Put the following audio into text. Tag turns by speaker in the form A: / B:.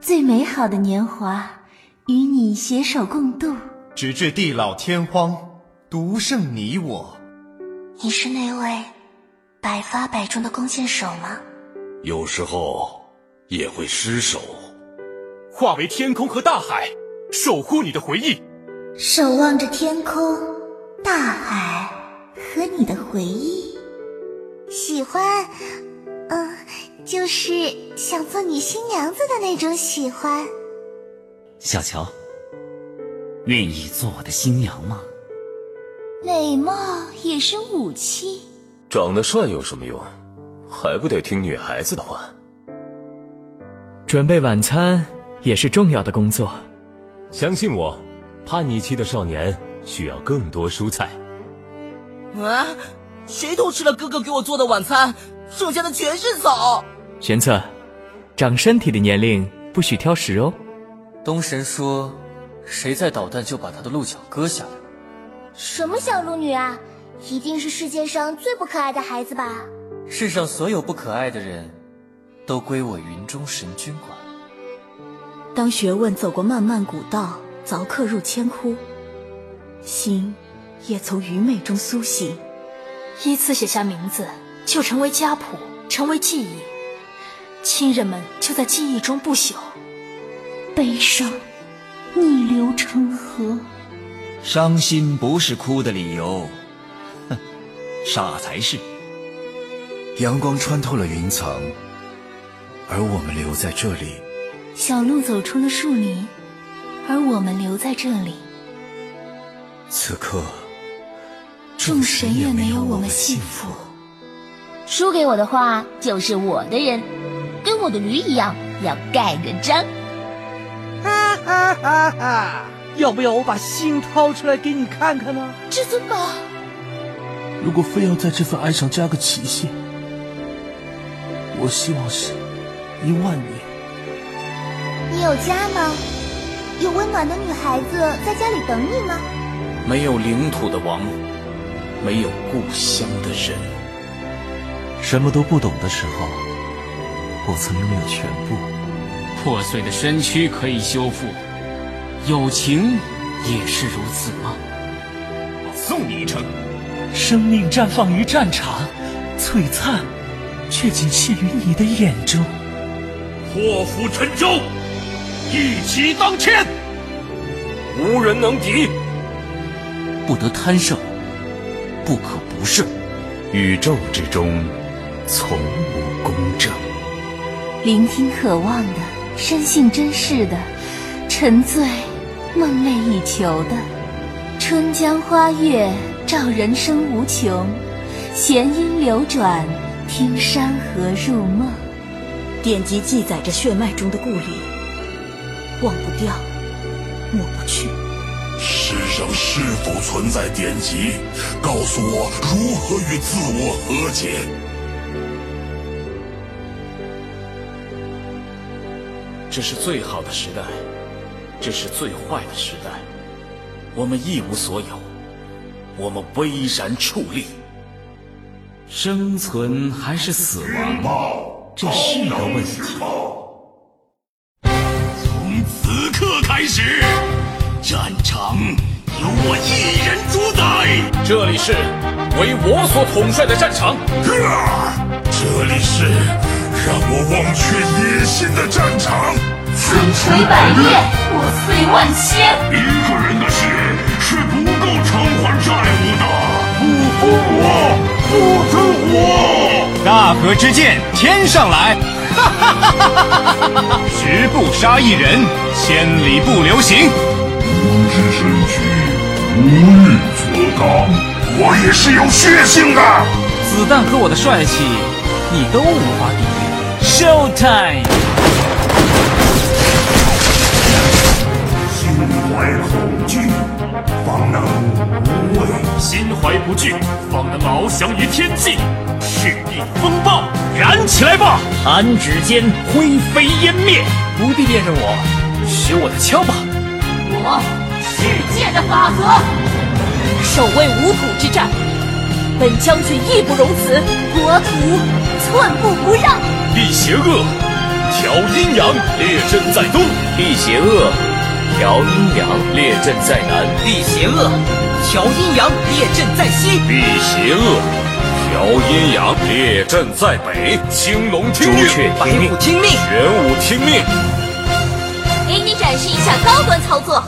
A: 最美好的年华与你携手共度，
B: 直至地老天荒，独剩你我。
C: 你是那位百发百中的弓箭手吗？
D: 有时候也会失手，
E: 化为天空和大海，守护你的回忆。
C: 守望着天空、大海
A: 和你的回忆。
C: 喜欢，嗯、呃，就是想做你新娘子的那种喜欢。
F: 小乔，愿意做我的新娘吗？
A: 美貌也是武器。
D: 长得帅有什么用？还不得听女孩子的话。
G: 准备晚餐也是重要的工作。
D: 相信我，叛逆期的少年需要更多蔬菜。
H: 啊！谁偷吃了哥哥给我做的晚餐？剩下的全是草。
G: 玄策，长身体的年龄不许挑食哦。
I: 东神说，谁再捣蛋就把他的鹿角割下来。
C: 什么小鹿女啊？一定是世界上最不可爱的孩子吧？
I: 世上所有不可爱的人，都归我云中神君管。
A: 当学问走过漫漫古道，凿刻入千窟，心也从愚昧中苏醒。
J: 依次写下名字，就成为家谱，成为记忆。亲人们就在记忆中不朽。
A: 悲伤逆流成河，
K: 伤心不是哭的理由，哼，傻才是。
L: 阳光穿透了云层，而我们留在这里。
A: 小鹿走出了树林，而我们留在这里。
L: 此刻。
A: 众神也没有我们幸福。
M: 输给我的话，就是我的人，跟我的驴一样，要盖个 章。
N: 哈哈哈哈！要不要我把心掏出来给你看看呢？
M: 至尊宝。
O: 如果非要在这份爱上加个期限，我希望是一万年。
C: 你有家吗？有温暖的女孩子在家里等你吗？
I: 没有领土的王。没有故乡的人，
P: 什么都不懂的时候，我曾拥有全部。
Q: 破碎的身躯可以修复，友情也是如此吗？
E: 送你一程。
O: 生命绽放于战场，璀璨，却仅限于你的眼中。
E: 破釜沉舟，一骑当千，
D: 无人能敌。
I: 不得贪胜。不可不慎。
D: 宇宙之中，从无公正。
A: 聆听渴望的，深信真是的，沉醉梦寐以求的。春江花月照人生无穷，弦音流转，听山河入梦。
R: 典籍记载着血脉中的故里，忘不掉，抹不去。
S: 世上是否存在典籍，告诉我如何与自我和解？
I: 这是最好的时代，这是最坏的时代。我们一无所有，我们巍然矗立。
F: 生存还是死亡，这是个问题。
S: 从此刻开始。战场由我一人主宰，
E: 这里是为我所统帅的战场。
S: 啊、这里是让我忘却野心的战场。
T: 风吹百炼，我摧万千。
S: 一个人的血是不够偿还债务的。不服我，不知我。
B: 大河之剑，天上来。哈哈哈哈哈哈！十步杀一人，千里不留行。
S: 无知身躯，无欲则刚。我也是有血性的。
I: 子弹和我的帅气，你都无法抵御。Show time！
S: 心怀恐惧，方能无畏；
E: 心怀不惧，方能翱翔于天际。势逆风暴，燃起来吧！
I: 弹指间，灰飞烟灭。不必恋上我，学我的枪吧。
T: 我世界的法则，
G: 守卫五土之战，本将军义不容辞，
T: 国土寸步不让，
E: 立邪恶，
D: 调阴阳，列阵在东；
U: 避邪恶，调阴阳，列阵在南；
I: 避邪恶，调阴阳，列阵在西；
D: 避邪恶，调阴阳，列阵在北。青龙听命，
I: 白虎听命，
D: 玄武听命。
T: 给你展示一下高端操作。